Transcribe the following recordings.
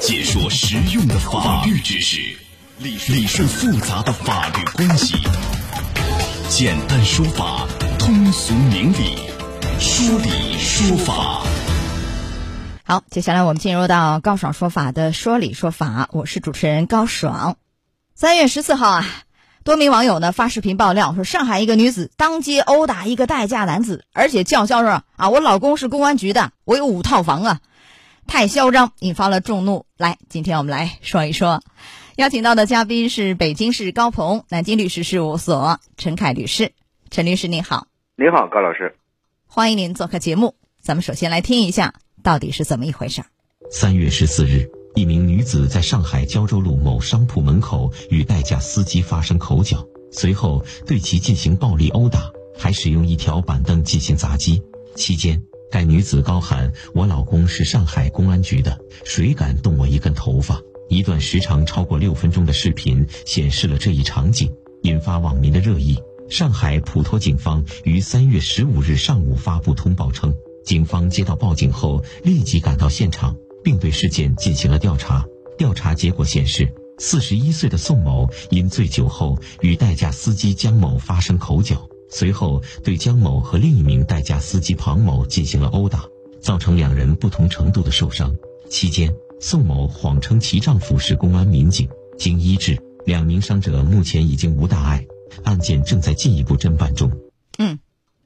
解说实用的法律知识，理理顺复杂的法律关系，简单说法，通俗明理，说理说法。好，接下来我们进入到高爽说法的说理说法，我是主持人高爽。三月十四号啊，多名网友呢发视频爆料说，上海一个女子当街殴打一个待嫁男子，而且叫嚣着啊，我老公是公安局的，我有五套房啊，太嚣张，引发了众怒。来，今天我们来说一说，邀请到的嘉宾是北京市高鹏南京律师事务所陈凯律师，陈律师您好，您好，高老师。欢迎您做客节目。咱们首先来听一下到底是怎么一回事儿。三月十四日，一名女子在上海胶州路某商铺门口与代驾司机发生口角，随后对其进行暴力殴打，还使用一条板凳进行砸击。期间，该女子高喊：“我老公是上海公安局的，谁敢动我一根头发？”一段时长超过六分钟的视频显示了这一场景，引发网民的热议。上海普陀警方于三月十五日上午发布通报称，警方接到报警后立即赶到现场，并对事件进行了调查。调查结果显示，四十一岁的宋某因醉酒后与代驾司机江某发生口角，随后对江某和另一名代驾司机庞某进行了殴打，造成两人不同程度的受伤。期间，宋某谎称其丈夫是公安民警，经医治，两名伤者目前已经无大碍，案件正在进一步侦办中。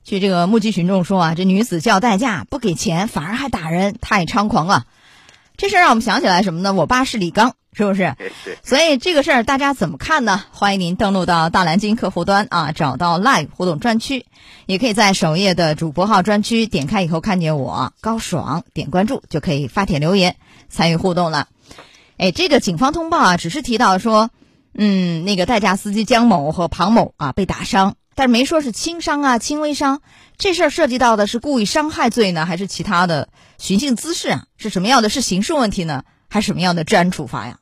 据这个目击群众说啊，这女子叫代驾，不给钱，反而还打人，太猖狂了。这事儿让我们想起来什么呢？我爸是李刚，是不是？哎，对，所以这个事儿大家怎么看呢？欢迎您登录到大蓝鲸客户端啊，找到 Live 活动专区，也可以在首页的主播号专区点开以后看见我高爽，点关注就可以发帖留言参与互动了。哎，这个警方通报啊，只是提到说，嗯，那个代驾司机江某和庞某啊被打伤，但是没说是轻伤啊、轻微伤。这事儿涉及到的是故意伤害罪呢，还是其他的寻衅滋事啊？是什么样的？是刑事问题呢，还是什么样的治安处罚呀？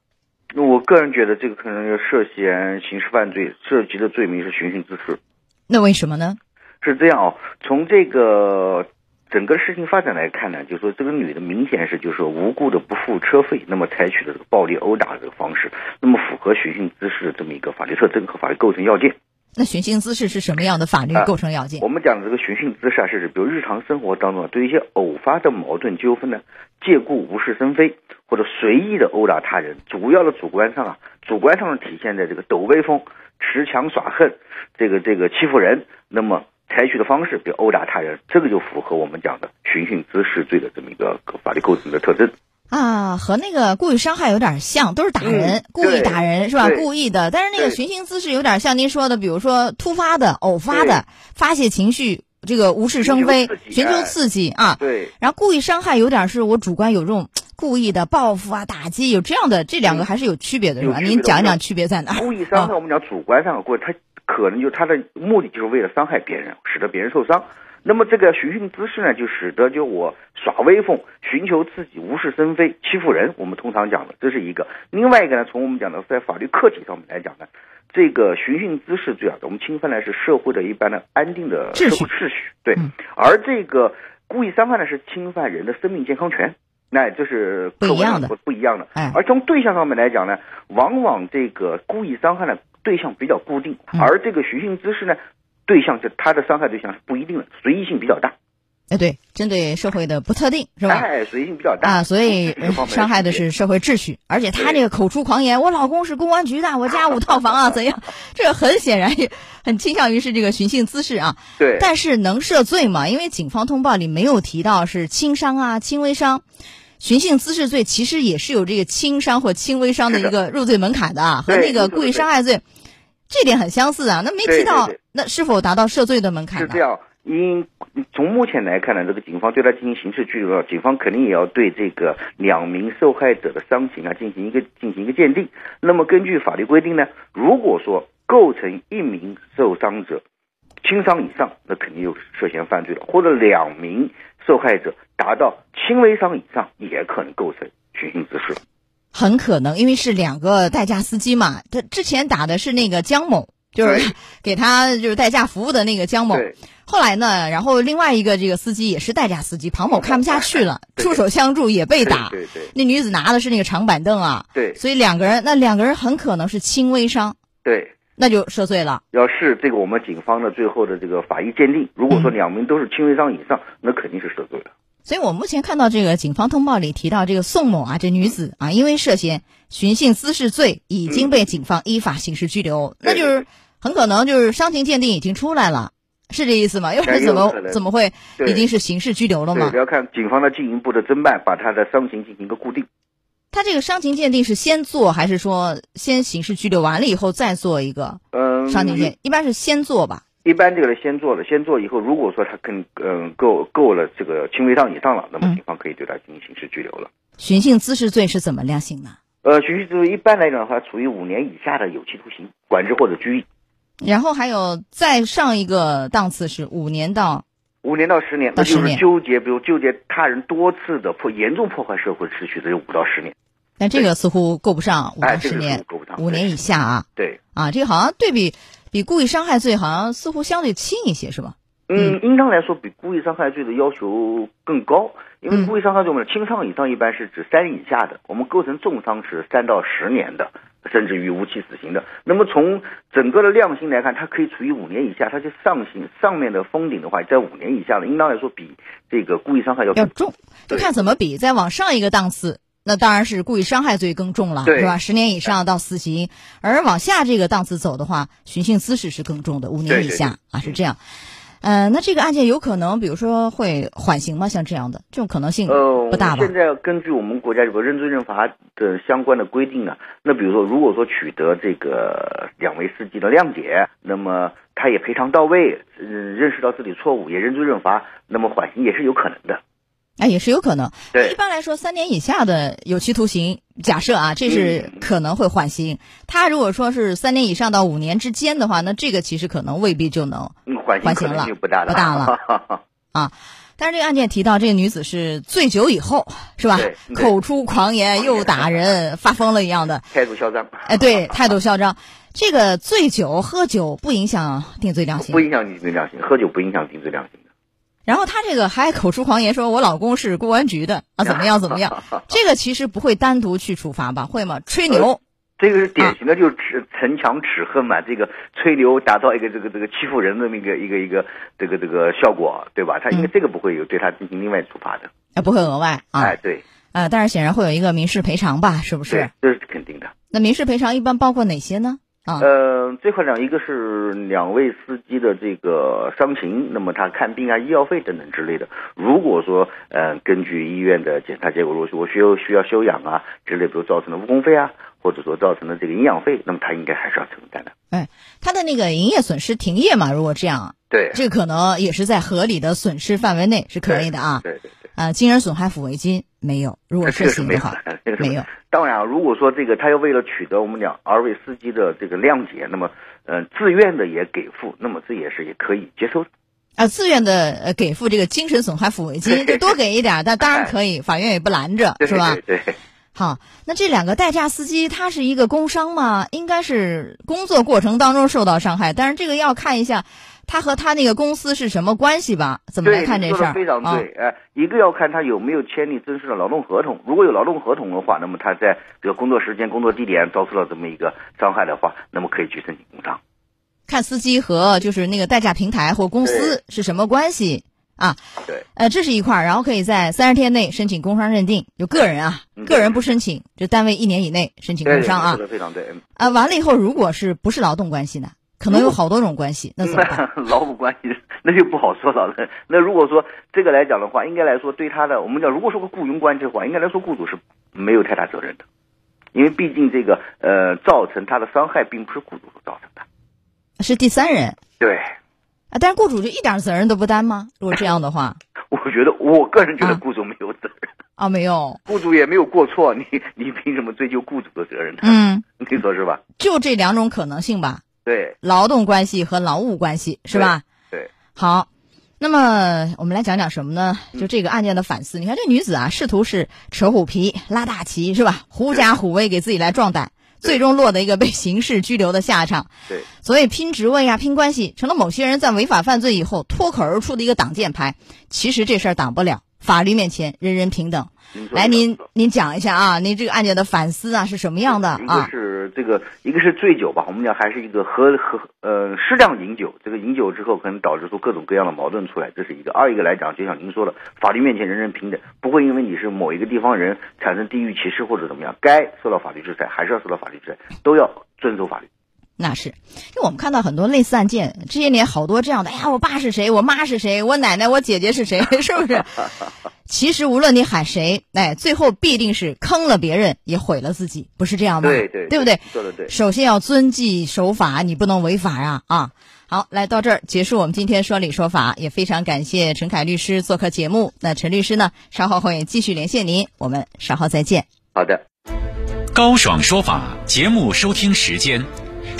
那我个人觉得这个可能要涉嫌刑事犯罪，涉及的罪名是寻衅滋事。那为什么呢？是这样哦，从这个整个事情发展来看呢，就说这个女的明显是就是无故的不付车费，那么采取的这个暴力殴打的这个方式，那么符合寻衅滋事的这么一个法律特征和法律构成要件。那寻衅滋事是什么样的法律呃构成要件？我们讲的这个寻衅滋事啊，是指比如日常生活当中啊，对于一些偶发的矛盾纠纷呢，借故无事生非或者随意的殴打他人，主要的主观上啊，主观上体现在这个抖威风、持强耍横，这个这个欺负人，那么采取的方式，比如殴打他人，这个就符合我们讲的寻衅滋事罪的这么一个法律构成的特征。啊，和那个故意伤害有点像，都是打人，嗯故意打人是吧？对故意的，但是那个对寻衅滋事有点像您说的，比如说突发的、偶发的，发泄情绪，这个无事生非，寻寻求求刺刺哎激啊。对，然后故意伤害有点是我主观有这种故意的报复啊、打击，有这样的，这两个还是有区别的，是吧？嗯有区别的您讲一讲区别在哪儿？啊故意伤害，我们讲主观上的过，他可能就他的目的就是为了伤害别人，使得别人受伤。那么这个寻衅滋事呢，就使得就我耍威风、寻求刺激、无事生非、欺负人，我们通常讲的这是一个。另外一个呢，从我们讲的在法律客体上面来讲呢，这个寻衅滋事罪啊，我们侵犯的是社会的一般的安定的秩序社会秩序，对。嗯而这个故意伤害呢，是侵犯人的生命健康权，那这是不一样的不不一样的。哎，而从对象上面来讲呢，往往这个故意伤害的对象比较固定，嗯而这个寻衅滋事呢，对象是他的伤害对象是不一定的，随意性比较大，哎，对，针对社会的不特定是吧？哎，随意性比较大啊，所以 这个方面伤害的区别是社会秩序，而且他对这个口出狂言，我老公是公安局的，我家五套房 啊，怎样？这很显然也很倾向于是这个寻衅滋事啊。对，但是能涉罪吗？因为警方通报里没有提到是轻伤啊、轻微伤。寻衅滋事罪其实也是有这个轻伤或轻微伤的是一的个入罪门槛的啊，和对那个入罪故意门伤害罪，这点很相似啊。那没对提对到对，那是否达到涉罪的门槛是呢这？样。因从目前来看呢，这个警方对他进行刑事拘留啊，警方肯定也要对这个两名受害者的伤情啊进行一个进行一个鉴定。那么根据法律规定呢，如果说构成一名受伤者轻伤以上，那肯定就涉嫌犯罪了；或者两名受害者达到轻微伤以上，也可能构成寻衅滋事。很可能，因为是两个代驾司机嘛，他之前打的是那个江某，就是 给他就是代驾服务的那个江某。对，后来呢，然后另外一个这个司机也是代驾司机庞某看不下去了， 对出手相助也被打。对对那女子拿的是那个长板凳啊，对所以两个人那两个人很可能是轻微伤，对，那就涉罪了。要是这个我们警方的最后的这个法医鉴定，如果说嗯两名都是轻微伤以上，那肯定是涉罪了。所以我目前看到这个警方通报里提到这个宋某啊，这女子啊，因为涉嫌寻衅滋事罪，已经被警方依法刑事拘留，那对就是很可能就是伤情鉴定已经出来了，是这意思吗？要不哎然怎有么可能怎么会对已经是刑事拘留了对，嘛？要看警方的进一步的侦办，把他的伤情进行一个固定。他这个伤情鉴定是先做还是说先刑事拘留完了以后再做一个嗯，伤情鉴？一般是先做吧。一般这个先做了，先做以后，如果说他更嗯够够了这个轻微伤以上了，那么嗯警方可以对他进行刑事拘留了。寻衅滋事罪是怎么量刑的？呃，刑事拘留一般来讲的话，处于五年以下的有期徒刑、管制或者拘役，然后还有再上一个档次是五年到五年到十年，到那就10是年纠结，比如纠结他人多次的破严重破坏社会秩序的，有五到十年。但这个似乎够不上五哎到这十个是年够不，上五年以下啊对，啊，这个好像对比比故意伤害罪好像似乎相对轻一些，是吧？嗯，应当来说比故意伤害罪的要求更高，因为嗯故意伤害罪我们轻伤以上一般是指三以下的，我们构成重伤是三到十年的，甚至于无期死刑的。那么从整个的量刑来看，它可以处于五年以下，它就上刑上面的封顶的话，在五年以下的，应当来说比这个故意伤害要要更重，就对看怎么比。再往上一个档次，那当然是故意伤害罪更重了，对是吧？十年以上到死刑，而往下这个档次走的话，寻衅滋事是更重的，五年对以对嗯下啊，是这样。呃，那这个案件有可能，比如说会缓刑吗？像这样的，这种可能性呃，嗯不大吧？现在根据我们国家这个认罪认罚的相关的规定啊，那比如说，如果说取得这个两位司机的谅解，那么他也赔偿到位，嗯，认识到自己错误，也认罪认罚，那么缓刑也是有可能的。哎，也是有可能。对一般来说，三年以下的有期徒刑，假设啊，这嗯是可能会缓刑。他如果说是三年以上到五年之间的话，那这个其实可能未必就能。嗯，缓刑缓可刑能了性不大的，不大了。但是这个案件提到，这个女子是醉酒以后，是吧对？对口出狂 言，又打人，发疯了一样的。 态度嚣张，哎，对，态度嚣张。这个醉酒喝酒不影响定罪量不刑。影响定罪量刑，喝酒不影响定罪量刑的。然后他这个还口出狂言说，我老公是公安局的 啊，怎么样怎么样？这个其实不会单独去处罚吧？会吗？吹牛。这个是嗯典型的，就是只逞强耻恨嘛，这个吹牛达到一个这个这个欺负人的那个一个一个这个这个效果，对吧？他应该这个不会有对他进行另外处罚的。啊，不会额外嗯啊，哎，对，呃，但是显然会有一个民事赔偿吧，是不对是？，啊这是肯定的。那民事赔偿一般包括哪些呢？啊，呃，最后两一个是两位司机的这个伤情，那么他看病啊、医药费等等之类的。如果说，呃，根据医院的检查结果，如果说我需要需要休养啊之类，比如造成的误工费啊，或者说造成的这个营养费，那么他应该还是要承担的。他的那个营业损失停业嘛，如果这样，对，这可能也是在合理的损失范围内是可以的啊。对对对。啊，精神损害抚慰金没有，如果这涉个是刑没的有话，的，这个是没有。当然啊，如果说这个他要为了取得我们两二位司机的这个谅解，那么，呃，自愿的也给付，那么这也是也可以接受的。啊，自愿的呃给付这个精神损害抚慰金，就多给一点儿，但当然可以，法院也不拦着，哎对是吧？对对。好，那这两个代驾司机他是一个工伤吗？应该是工作过程当中受到伤害，但是这个要看一下他和他那个公司是什么关系吧？怎么嗯对，来你看这说事的儿？非常啊对，哎、一个要看他有没有签订正式的劳动合同，如果有劳动合同的话，那么他在这个工作时间、工作地点遭受到这么一个伤害的话，那么可以去申请工伤。看司机和就是那个代驾平台或公司是什么关系啊？对，呃，这是一块儿，然后可以在三十天内申请工伤认定，就个人啊，嗯个人不申请，这单位一年以内申请对，工你伤说啊。的非常对，嗯啊，完了以后，如果是不是劳动关系呢？可能有嗯好多种关系，那怎么 办？那劳务关系那就不好说了。 那那如果说这个来讲的话，应该来说对他的，我们讲如果说个雇佣关系的话，应该来说雇主是没有太大责任的，因为毕竟这个呃造成他的伤害并不是雇主所造成的。是第三人对，啊，但是雇主就一点责任都不担吗？如果这样的话，我觉得我个人觉得啊雇主没有责任。啊，没 有，雇主也没有过错，你你凭什么追究雇主的责任呢？嗯， 你说是吧？就这两种可能性吧，对，劳动关系和劳务关系是吧？对对好，那么我们来讲讲什么呢？就这个案件的反思。你看这女子啊，试图是扯虎皮、拉大旗是吧？狐假虎威，给自己来壮胆。最终落得一个被刑事拘留的下场。对，所以拼职位呀、啊拼关系，成了某些人在违法犯罪以后脱口而出的一个挡箭牌。其实这事儿挡不了，法律面前人人平等。您说来，的没您错您讲一下啊，您这个案件的反思啊是什么样的一个啊？是这个，一个是醉酒吧，我们讲还是一个喝喝呃适量饮酒，这个饮酒之后可能导致出各种各样的矛盾出来，这是一个。二一个来讲，就像您说的，法律面前人人平等，不会因为你是某一个地方人产生地域歧视或者怎么样，该受到法律制裁还是要受到法律制裁，都要遵守法律。那是，因为我们看到很多类似案件，这些年好多这样的。哎呀，我爸是谁？我妈是谁？我奶奶、我姐姐是谁？ 是不是？其实无论你喊谁，哎，最后必定是坑了别人，也毁了自己，不是这样吗？对对对不对？说的对。首先要遵纪守法，你不能违法啊啊！好，来到这儿结束我们今天说理说法，也非常感谢陈凯律师做客节目。那陈律师呢，稍后会继续连线您，我们稍后再见。好的。高爽说法节目收听时间，